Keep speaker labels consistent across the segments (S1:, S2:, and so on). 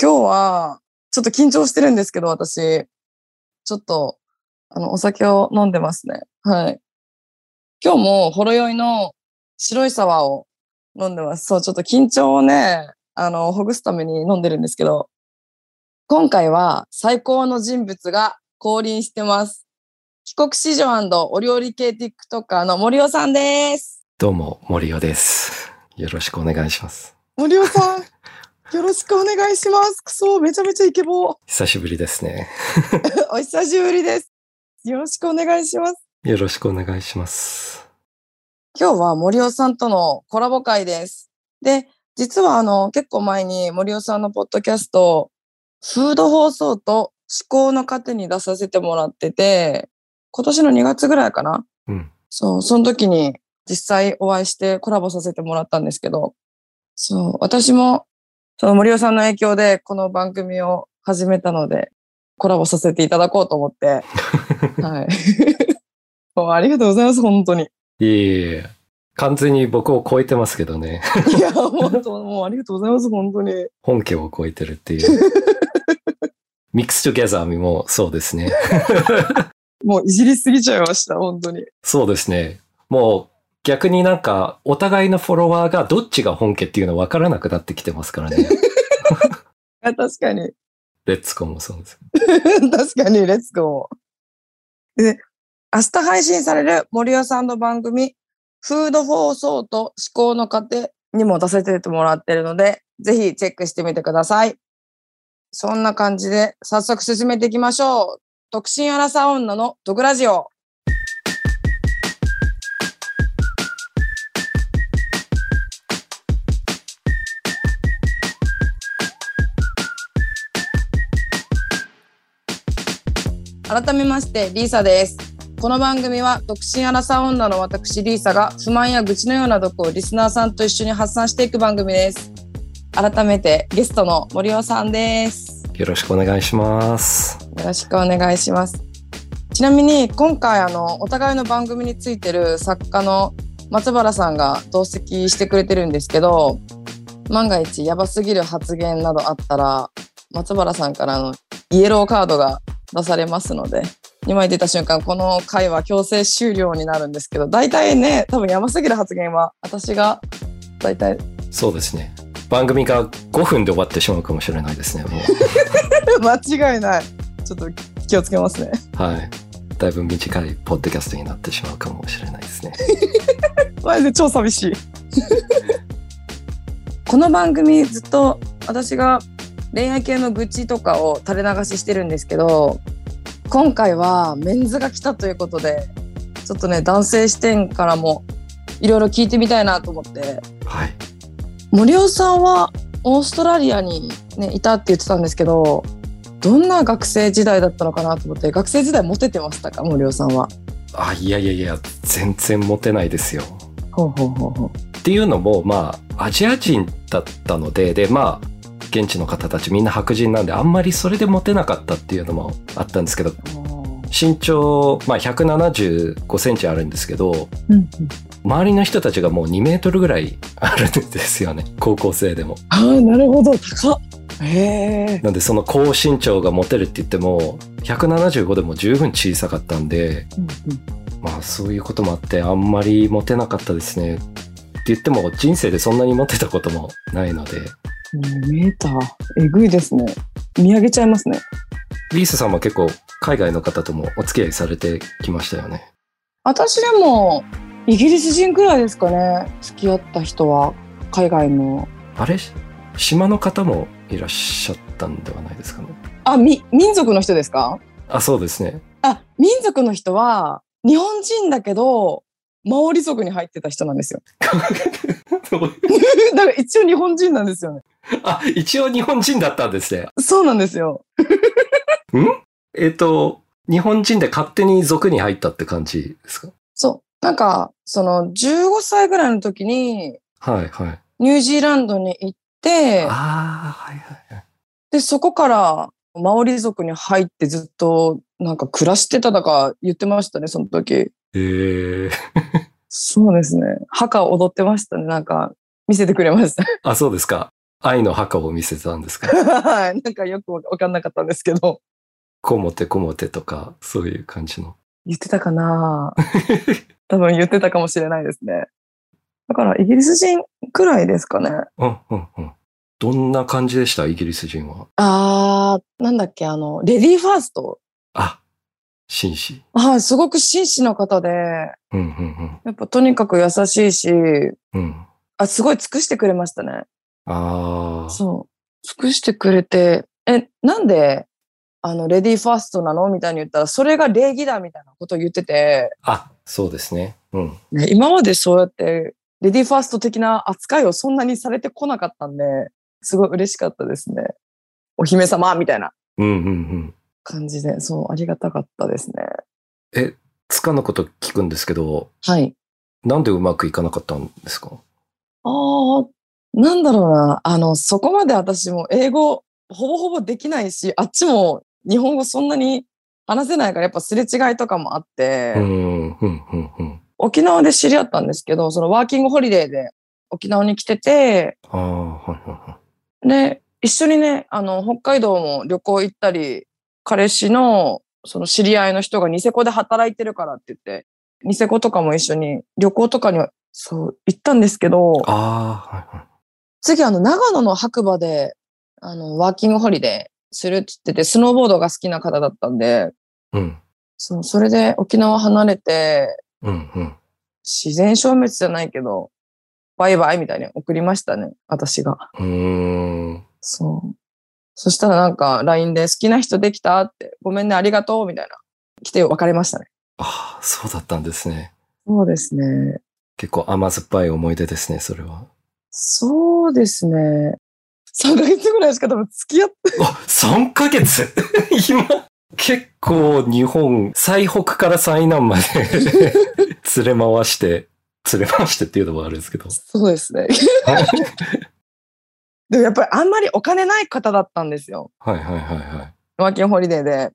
S1: 今日は、ちょっと緊張してるんですけど、私。ちょっと、あの、お酒を飲んでますね。はい。今日も、ほろ酔いの白いサワーを飲んでます。そう、ちょっと緊張をね、あの、ほぐすために飲んでるんですけど、今回は最高の人物が降臨してます。帰国子女お料理系 TikToker の森尾さんです。
S2: どうも、森尾です。よろしくお願いします。
S1: 森尾さん、よろしくお願いします。くそ、めちゃめちゃイケボー。
S2: 久しぶりですね。
S1: お久しぶりです。よろしくお願いします。
S2: よろしくお願いします。
S1: 今日は森尾さんとのコラボ会です。で、実はあの、結構前に森尾さんのポッドキャスト、フード放送と思考の糧に出させてもらってて、今年の2月ぐらいかな
S2: うん。
S1: そう、その時に実際お会いしてコラボさせてもらったんですけど、そう、私もその森尾さんの影響でこの番組を始めたので、コラボさせていただこうと思 って、はい。 もうありがとうございます、本当に。
S2: いえいえ、完全に僕を超えてますけどね。
S1: いや、本当、もうありがとうございます、本当に。
S2: 本家を超えてるっていう。ミックストゥギャザーもそうですね。
S1: もういじりすぎちゃいました、本当に。
S2: そうですね。もう逆になんか、お互いのフォロワーがどっちが本家っていうの分からなくなってきてますからね。
S1: あ確かに。
S2: レッツゴーもそうです。
S1: 確かに、レッツゴー。で、明日配信される森尾さんの番組、フードフォーソーと思考の過程にも出させてもらってるので、ぜひチェックしてみてください。そんな感じで、早速進めていきましょう。独身アラサー女のドクラジオ。改めましてリーサですこの番組は独身アラサー女の私リーサが不満や愚痴のような毒をリスナーさんと一緒に発散していく番組です改めてゲストの森尾さんです
S2: よろしくお願いします。
S1: よろしくお願いしますちなみに今回あのお互いの番組についてる作家の松原さんが同席してくれてるんですけど万が一やばすぎる発言などあったら松原さんからのイエローカードが出されますので2枚出た瞬間この回は強制終了になるんですけど大体ね多分やばすぎる発言は私が大体
S2: そうですね。番組が5分で終わってしまうかもしれないですね。もう
S1: 間違いないちょっと気をつけますね
S2: はい。だいぶ短いポッドキャストになってしまうかもしれないですね。
S1: マジで超寂 しいこの番組ずっと私が恋愛系の愚痴とかを垂れ流ししてるんですけど今回はメンズが来たということでちょっとね男性視点からもいろいろ聞いてみたいなと思って
S2: はい。
S1: 森尾さんはオーストラリアに、ね、いたって言ってたんですけどどんな学生時代だったのかなと思って学生時代モテてましたか森尾さんは。
S2: あ、いやいやいや、全然モテないですよ。
S1: ほうほうほうほう
S2: っていうのも、まあ、アジア人だったので、で、まあ、現地の方たちみんな白人なんで、あんまりそれでモテなかったっていうのもあったんですけど、身長、まあ、175センチあるんですけど、
S1: うんうん、
S2: 周りの人たちがもう2メートルぐらいあるんですよね。高校生でも。
S1: ああなるほど高っへえ
S2: なんでその高身長がモテるって言っても175でも十分小さかったんでまあそういうこともあってあんまりモテなかったですねって言っても人生でそんなにモテたこともないので
S1: 見えたえぐいですね見上げちゃいますね
S2: リースさんは結構海外の方ともお付き合いされてきましたよね
S1: 私でもイギリス人くらいですかね付き合った人は海外の
S2: あれ島の方もいらっしゃったんではないですかね
S1: あみ民族の人ですか
S2: あそうですね
S1: あ民族の人は日本人だけどマオリ族に入ってた人なんですよ だから一応日本人なんですよね
S2: あ一応日本人だったんですね
S1: そうなんですよ
S2: えっ、と日本人で勝手に族に入ったって感じですか
S1: そうなんかその15歳ぐらいの時に
S2: はいはい
S1: ニュージーランドに行って
S2: ああ、はいはいはい。
S1: で、そこから、マオリ族に入ってずっと、なんか暮らしてただか言ってましたね、その時。
S2: ええ
S1: そうですね。墓を踊ってましたね、なんか、見せてくれました。
S2: あ、そうですか。愛の墓を見せたんですけど、
S1: はいなんかよくわかんなかったんですけど。
S2: こもてこもてとか、そういう感じの。
S1: 言ってたかな 多分言ってたかもしれないですね。だからイギリス人くらいですかね。
S2: うんうんうん。どんな感じでしたイギリス人は。
S1: あー、なんだっけ、あの、レディーファースト。
S2: あ、紳士。
S1: はい、すごく紳士の方で、
S2: うんうん
S1: やっぱとにかく優しいし、
S2: うん。うん。
S1: あ、すごい尽くしてくれましたね。
S2: ああ。
S1: そう。尽くしてくれて、え、なんで、あの、レディーファーストなのみたいに言ったら、それが礼儀だみたいなことを言ってて、
S2: あ、そうですね。うん。
S1: ね今までそうやって、レディーファースト的な扱いをそんなにされてこなかったんで、すごい嬉しかったですね。お姫様みたいな
S2: うんうんうん。
S1: 感じで、そう、ありがたかったですね。
S2: え、つかのこと聞くんですけど、
S1: はい。
S2: なんでうまくいかなかったんですか
S1: ああ、なんだろうな。あの、そこまで私も英語ほぼほぼできないし、あっちも日本語そんなに話せないから、やっぱすれ違いとかもあって、
S2: うんうんうんうん。
S1: 沖縄で知り合ったんですけど、そのワーキングホリデーで沖縄に来てて、
S2: ああ、はいはいは
S1: で、一緒にね、あの、北海道も旅行行ったり、彼氏の、その知り合いの人がニセコで働いてるからって言って、ニセコとかも一緒に旅行とかには、そう、行ったんですけど
S2: い。、ああ、はいはい。
S1: 次、あの、長野の白馬で、あの、ワーキングホリデーするって言ってて、スノーボードが好きな方だったんで、
S2: うん
S1: そう、それで沖縄離れて、
S2: うんうん。
S1: 自然消滅じゃないけど、バイバイみたいに送りましたね、私が。
S2: うーん。
S1: そう。そしたらなんか LINE で好きな人できたって、ごめんね、ありがとうみたいな。来て別れましたね。
S2: ああ、そうだったんですね。
S1: そうですね。
S2: 結構甘酸っぱい思い出ですね、それは。
S1: そうですね。3ヶ月ぐらいしか多分付き合って、
S2: あ、3ヶ月 今、結構日本、最北から最南まで 連れ回して、連れ回してっていうのもあるんですけど。
S1: そうですね。 でもやっぱりあんまりお金ない方だったんですよ。
S2: はいはいはいはい。
S1: ワーキングホリデーで。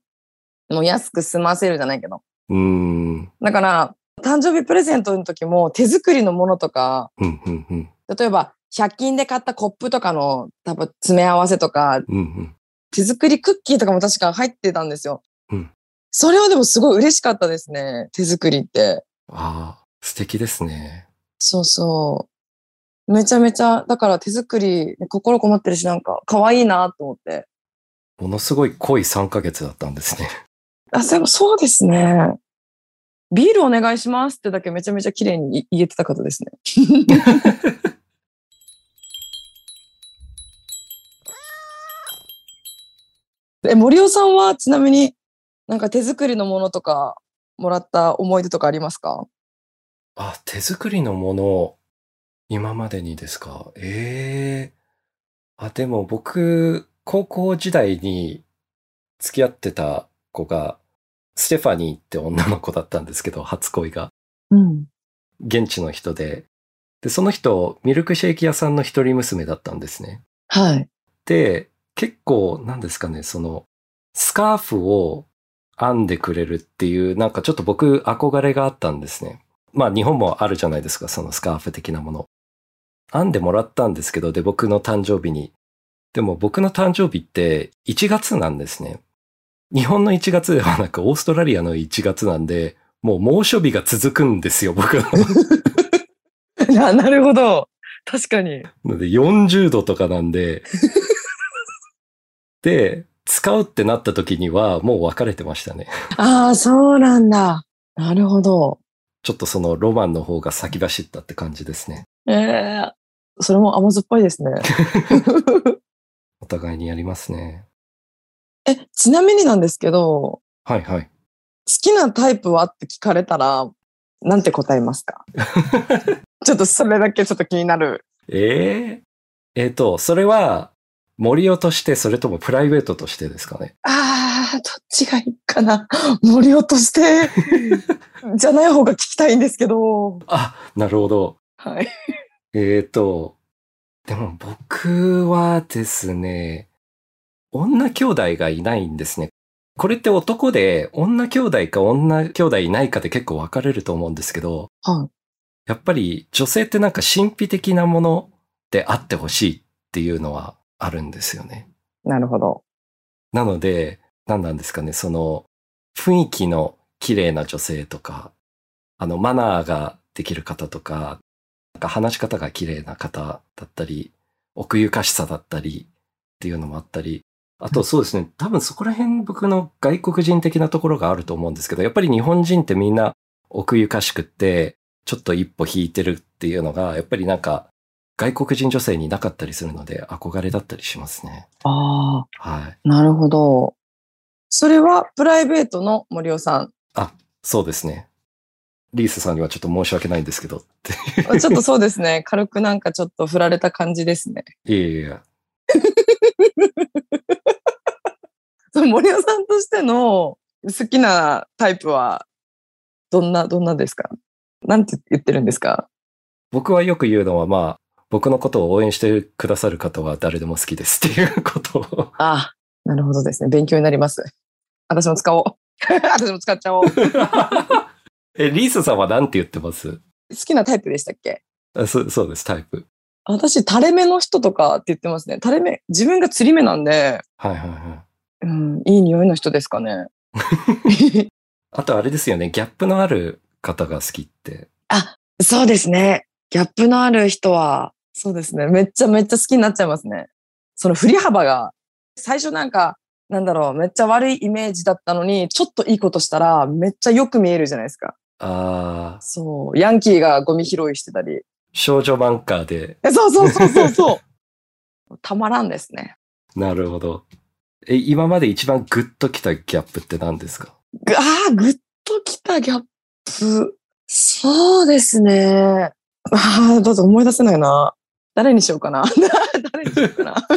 S1: もう安く済ませるじゃないけど。
S2: うーん。
S1: だから、誕生日プレゼントの時も手作りのものとか、
S2: うんうんうん。
S1: 例えば100均で買ったコップとかの多分詰め合わせとか、
S2: うんうん。
S1: 手作りクッキーとかも確か入ってたんですよ。
S2: うん
S1: それはでもすごい嬉しかったですね。手作りって。
S2: ああ、素敵ですね。
S1: そうそう。めちゃめちゃ、だから手作り、心こもってるし、なんか可愛いなと思って。
S2: ものすごい濃い3ヶ月だったんですね。
S1: あ、そうそうですね。ビールお願いしますってだけめちゃめちゃ綺麗に言えてた方ですね。 え、森尾さんはちなみになんか手作りのものとかもらった思い出とかありますか
S2: あ、手作りのものを今までにですか。ええあ、でも僕、高校時代に付き合ってた子が、ステファニーって女の子だったんですけど、初恋が。
S1: うん。
S2: 現地の人で。で、その人、ミルクシェイク屋さんの一人娘だったんですね。
S1: はい。
S2: で、結構、なんですかね、その、スカーフを編んでくれるっていう、なんかちょっと僕、憧れがあったんですね。まあ、日本もあるじゃないですか、そのスカーフ的なもの。編んでもらったんですけど、で、僕の誕生日に。でも、僕の誕生日って1月なんですね。日本の1月ではなく、オーストラリアの1月なんで、もう猛暑日が続くんですよ、僕の。
S1: な、なるほど。確かに。
S2: ので40度とかなんで、で、使うってなった時にはもう別れてましたね。
S1: ああ、そうなんだ。なるほど。
S2: ちょっとそのロマンの方が先走ったって感じですね。
S1: ええそれも甘酸っぱい ですね。
S2: お互いにやりますね。
S1: え、ちなみになんですけど、
S2: はいはい。
S1: 好きなタイプはって聞かれたら、なんて答えます かちょっとそれだけちょっと気になる。
S2: えええっ、と、それは森尾として、それともプライベートとしてですかね。
S1: ああ、どっちがいいかな。森落と して、じゃない方が聞きたいんですけど。
S2: あ、なるほど。
S1: はい。
S2: えっ、と、でも僕はですね、女兄弟がいないんですね。これって男で女兄弟か女兄弟いないかで結構分かれると思うんですけど、
S1: はい
S2: やっぱり女性ってなんか神秘的なものであってほしいっっていうのはあるんですよね。
S1: なるほど。
S2: なので、何なんですかね、その、雰囲気の綺麗な女性とか、あの、マナーができる方とか、なんか話し方が綺麗な方だったり、奥ゆかしさだったりっていうのもあったり、あとそうですね、多分そこら辺僕の外国人的なところがあると思うんですけど、やっぱり日本人ってみんな奥ゆかしくって、ちょっと一歩引いてるっていうのが、やっぱりなんか外国人女性になかったりするので憧れだったりしますね。
S1: あ
S2: はい。
S1: あ、なるほど。それはプライベートの森尾さん。
S2: そうですね。リースさんにはちょっと申し訳ないんですけどって。
S1: あちょっとそうですね。軽くなんかちょっと振られた感じですね。
S2: いやいやいや。
S1: 森尾さんとしての好きなタイプは、どんな、どんなですかなんて言ってるんですか
S2: 僕はよく言うのはまあ、僕のことを応援してくださる方は誰でも好きですっていうことを。
S1: ああ、なるほどですね。勉強になります。私も使おう。 私も使っちゃおう。好
S2: え、リースさんは何て言ってます
S1: きなタイプでしたっけ
S2: あそそうです、タイプ。
S1: 私、垂れ目の人とかって言ってますね。垂れ目、自分が釣り目なんで、
S2: はいはいは
S1: う
S2: い。
S1: ん、いい匂いの人ですかね。
S2: あとあれですよね、ギャップのある方が好きって。
S1: そうですね。ギャップのある人は、そうですね。めっちゃめっちゃ好きになっちゃいますね。その振り幅が、最初なんか、なんだろう、めっちゃ悪いイメージだったのに、ちょっといいことしたら、めっちゃよく見えるじゃないですか。
S2: ああ、
S1: そう。ヤンキーがゴミ拾いしてたり。
S2: 少女マンカーで。
S1: えそうそうそうそうそう。 たまらんですね。
S2: なるほど。え、今まで一番グッときたギャップって何ですか
S1: ぐあー、ぐっときたギャップ。そうですね。ああ、だって思い出せないな。誰にしようかな。 誰にしようかな。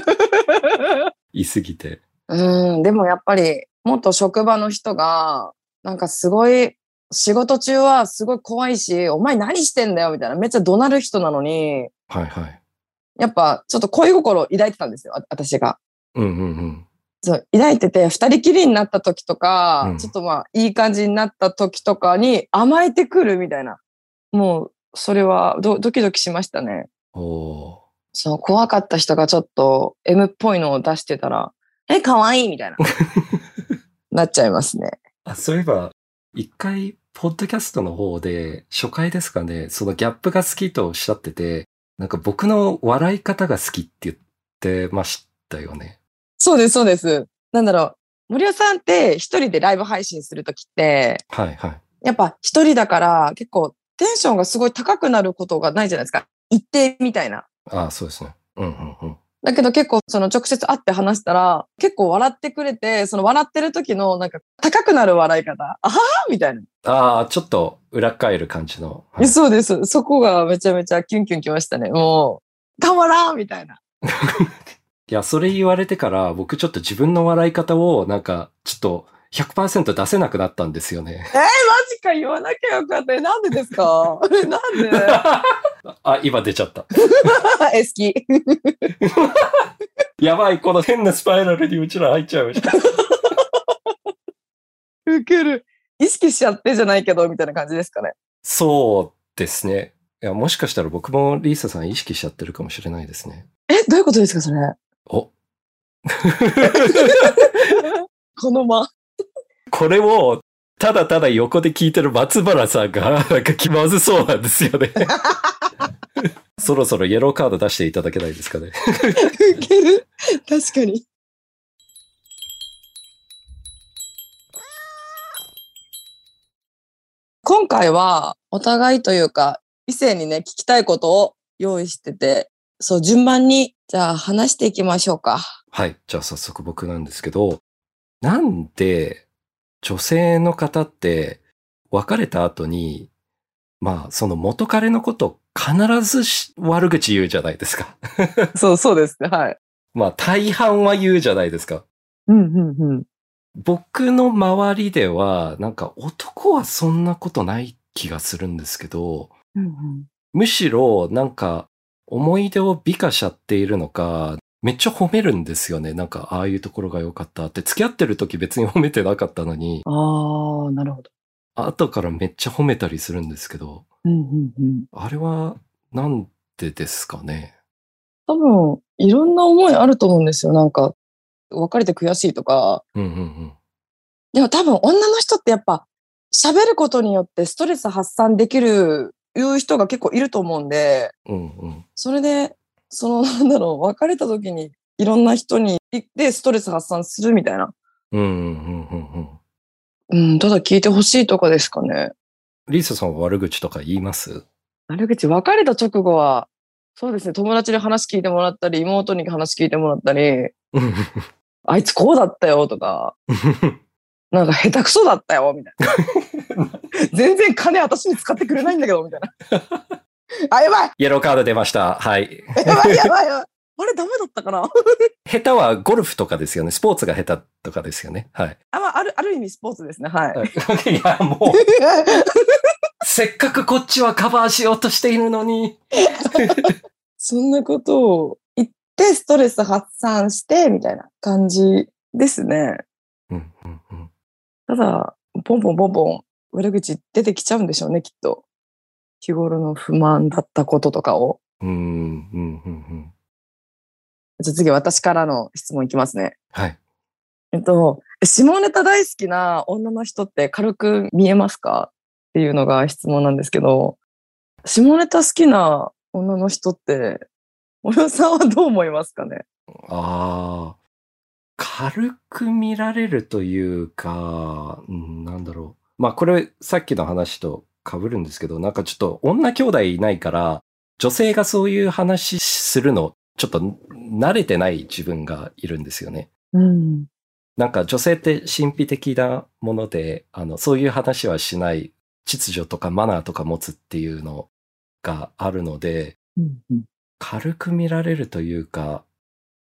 S2: 言いすぎて。
S1: うん、でもやっぱり、元職場の人が、なんかすごい、仕事中はすごい怖いし、お前何してんだよみたいな、めっちゃ怒鳴る人なのに、
S2: はいはい。
S1: やっぱちょっと恋心を抱いてたんですよ、あ私が。
S2: うんうんうん。
S1: そう、抱いてて、二人きりになった時とか、
S2: うん
S1: ちょっとまあ、いい感じになった時とかに甘えてくるみたいな。もう、それはド、ドキドキしましたね。
S2: おお
S1: その怖かった人がちょっと M っぽいのを出してたら、え、可愛いみ たいな。なっちゃいますね。
S2: ー。あ、そういえば、一回、ポッドキャストの方で、初回ですかね、そのギャップが好きとおっしゃってて、なんか僕の笑い方が好きって言ってましたよね。
S1: そうです、そうです。なんだろう。森尾さんって一人でライブ配信するときって、
S2: はいはい。
S1: やっぱ一人だから結構テンションがすごい高くなることがないじゃないですか。一定みたいな。
S2: ああ、そうですね。うんうんうん。
S1: だけど結構その直接会って話したら結構笑ってくれて、その笑ってる時のなんか高くなる笑い方、あはーみたいな。
S2: ああ、ちょっと裏返る感じの。はい
S1: えそうです。そこがめちゃめちゃキュンキュンきましたね。もう、たまらんみたいな。
S2: いや、それ言われてから、僕ちょっと自分の笑い方を、なんか、ちょっと100%出せなくなったんですよね。
S1: マジか言わなきゃよかった。えなんでですか えなんで
S2: あ、今出ちゃった。
S1: え、好き。
S2: やばい、この変なスパイラルにうちら入っちゃいました。
S1: ウケる。意識しちゃってじゃないけど、みたいな感じですかね。
S2: そうですね。いや、もしかしたら僕もリーサさん意識しちゃってるかもしれないですね。
S1: え、どういうことですか、それ。
S2: お
S1: この間。
S2: これを、ただただ横で聞いてる松原さんが、なんか気まずそうなんですよね。そろそろイエローカード出していただけないですか
S1: ウ
S2: ね。
S1: ケる。確かに。今回は、お互いというか、異性にね、聞きたいことを用意してて、そう、順番に、じゃあ話していきましょうか。
S2: はい。じゃあ早速僕なんですけど、なんで女性の方って別れた後に、まあその元彼のこと必ずし悪口言うじゃないですか。
S1: そう、そうですね。はい。
S2: まあ大半は言うじゃないですか。
S1: うん、うん、うん。
S2: 僕の周りではなんか男はそんなことない気がするんですけど、
S1: うんうん、
S2: むしろなんか思い出を美化しちゃっているのか、めっちゃ褒めるんですよね。なんかああいうところが良かったって。付き合ってる時別に褒めてなかったのに、
S1: ああ、なるほど。
S2: 後からめっちゃ褒めたりするんですけど、
S1: うんうんうん、
S2: あれはなんでですかね。
S1: 多分、いろんな思いあると思うんですよ。なんか、別れて悔しいとか。
S2: うんうんうん。
S1: でも多分女の人ってやっぱ、喋ることによってストレス発散できる、いう人が結構いると思うんで、
S2: うんうん。
S1: それで、その、なんだろう、別れた時にいろんな人に行ってストレス発散するみたいな。
S2: うんうんうんうんうん。
S1: うん、ただ聞いてほしいとかですかね。
S2: リサさんは悪口とか言います
S1: 悪口、別れた直後は、そうですね、友達に話聞いてもらったり、妹に話聞いてもらったり、
S2: うんうん
S1: あいつこうだったよとか、なんか下手くそだったよ、みたい な。全然金私に使ってくれないんだけど、みたいな。 あ、やばい
S2: イエローカード出ました。はい。
S1: やばいやばいやばいあれダメだったかな
S2: 下手はゴルフとかですよね。スポーツが下手とかですよね。はい。
S1: あ、まあ、ある、ある意味スポーツですね、はい。
S2: いや、もう、せっかくこっちはカバーしようとしているのに。
S1: そんなことを言って、ストレス発散して、みたいな感じですね。
S2: うんうんうん。
S1: ただ、ポンポンポンポン、悪口出てきちゃうんでしょうね、きっと。日頃の不満だったこととかを。
S2: うんうんうんうん。
S1: じゃあ次、私からの質問いきますね。
S2: はい。
S1: えっと、下ネタ大好きな女の人って軽く見えますかっていうのが質問なんですけど、下ネタ好きな女の人って、森尾さんはどう思いますかね
S2: ああ。軽く見られるというか、うんなんだろう。まあこれさっきの話と被るんですけど、なんかちょっと女兄弟いないから、女性がそういう話するの、ちょっと慣れてない自分がいるんですよね。
S1: うん。
S2: なんか女性って神秘的なもので、あの、そういう話はしない秩序とかマナーとか持つっていうのがあるので、軽く見られるというか、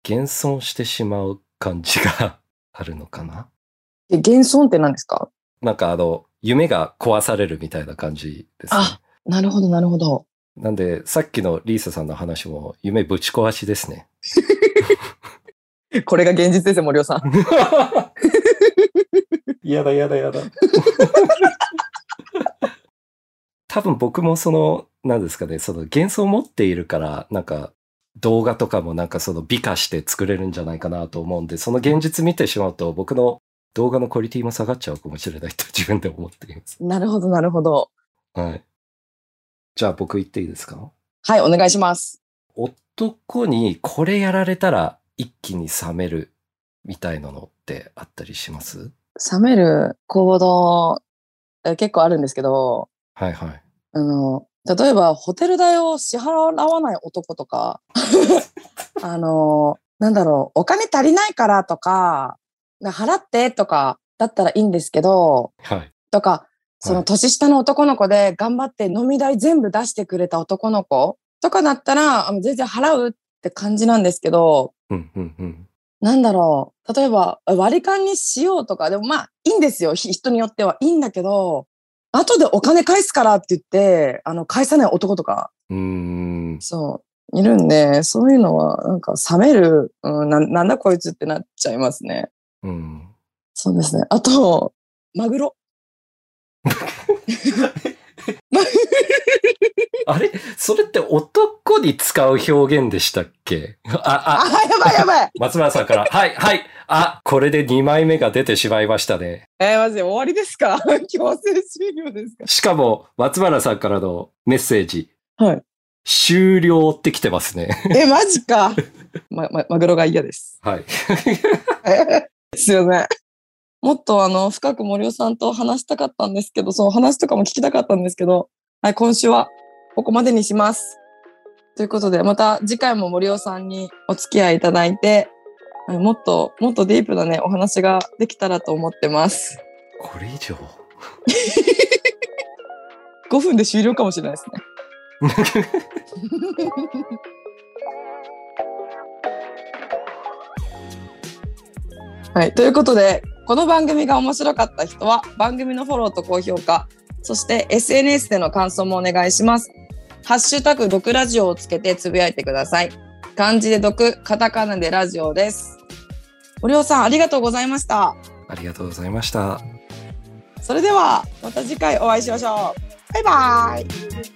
S2: 減損してしまう感じが あるのかな。
S1: で、減損って何ですか
S2: なんかあの、夢が壊されるみたいな感じですね。
S1: あなるほど、なるほど。
S2: なんで、さっきのリーサさんの話も夢ぶち壊しですね。
S1: これが現実ですよ、森尾さん。
S2: やだやだやだ。多分僕もその、なんですかね、その幻想を持っているから、なんか動画とかもなんかその美化して作れるんじゃないかなと思うんで、その現実見てしまうと僕の動画のクオリティも下がっちゃうかもしれないと 自分で思っています。
S1: なるほど、なるほど。
S2: はい。じゃあ僕言っていいですか
S1: はい、お願いします。
S2: 男にこれやられたら一気に冷めるみたいなのってあったりします
S1: 冷める行動、え結構あるんですけど、
S2: はいはい。
S1: あの、例えば、ホテル代を支払わない男と か、あの、なんだろう、お金足りないからとか、な払ってとか、だったらいいんですけど、
S2: はい。
S1: とか、そ
S2: は
S1: の
S2: い
S1: 年下の男の子で頑張って飲み代全部出してくれた男の子とかだったら、あの全然払うって感じなんですけど、
S2: うんうんうん。
S1: なんだろう、例えば割り勘にしようとか、でもまあいいんですよ、ひ人によってはいいんだけど、後でお金返すからって言って、あの、返さない男とか、
S2: うーん。
S1: そう、いるんで、そういうのは、なんか、冷める、うんな、なんだこいつってなっちゃいますね。
S2: うん。
S1: そうですね。あと、マグロ。
S2: あれそれって男に使う表現でしたっけ
S1: あ、
S2: あ、あ、
S1: やばいやばい
S2: 松村さんから。はい、はい。あ、これで2枚目が出てしまいましたね。
S1: えー、マジで終わりですか 強制終了ですか
S2: しかも、松村さんからのメッセージ。
S1: はい。
S2: 終了ってきてますね。
S1: え、マジか。ま、ま、マグロが嫌です。
S2: はい。
S1: すいません。もっとあの、深く森尾さんと話したかったんですけど、その話とかも聞きたかったんですけど、はい、今週はここまでにします。ということで、また次回も森尾さんにお付き合いいただいて、はいもっと、もっとディープなね、お話ができたらと思ってます。
S2: これ以上。
S1: 5分で終了かもしれないですね。はい、ということでこの番組が面白かった人は番組のフォローと高評価そして SNS での感想もお願いします。ハッシュタグ毒ラジオをつけてつぶやいてください。漢字で毒、カタカナでラジオです。森尾さんありがとうございました。
S2: ありがとうございました。
S1: それではまた次回お会いしましょう。バイバイ。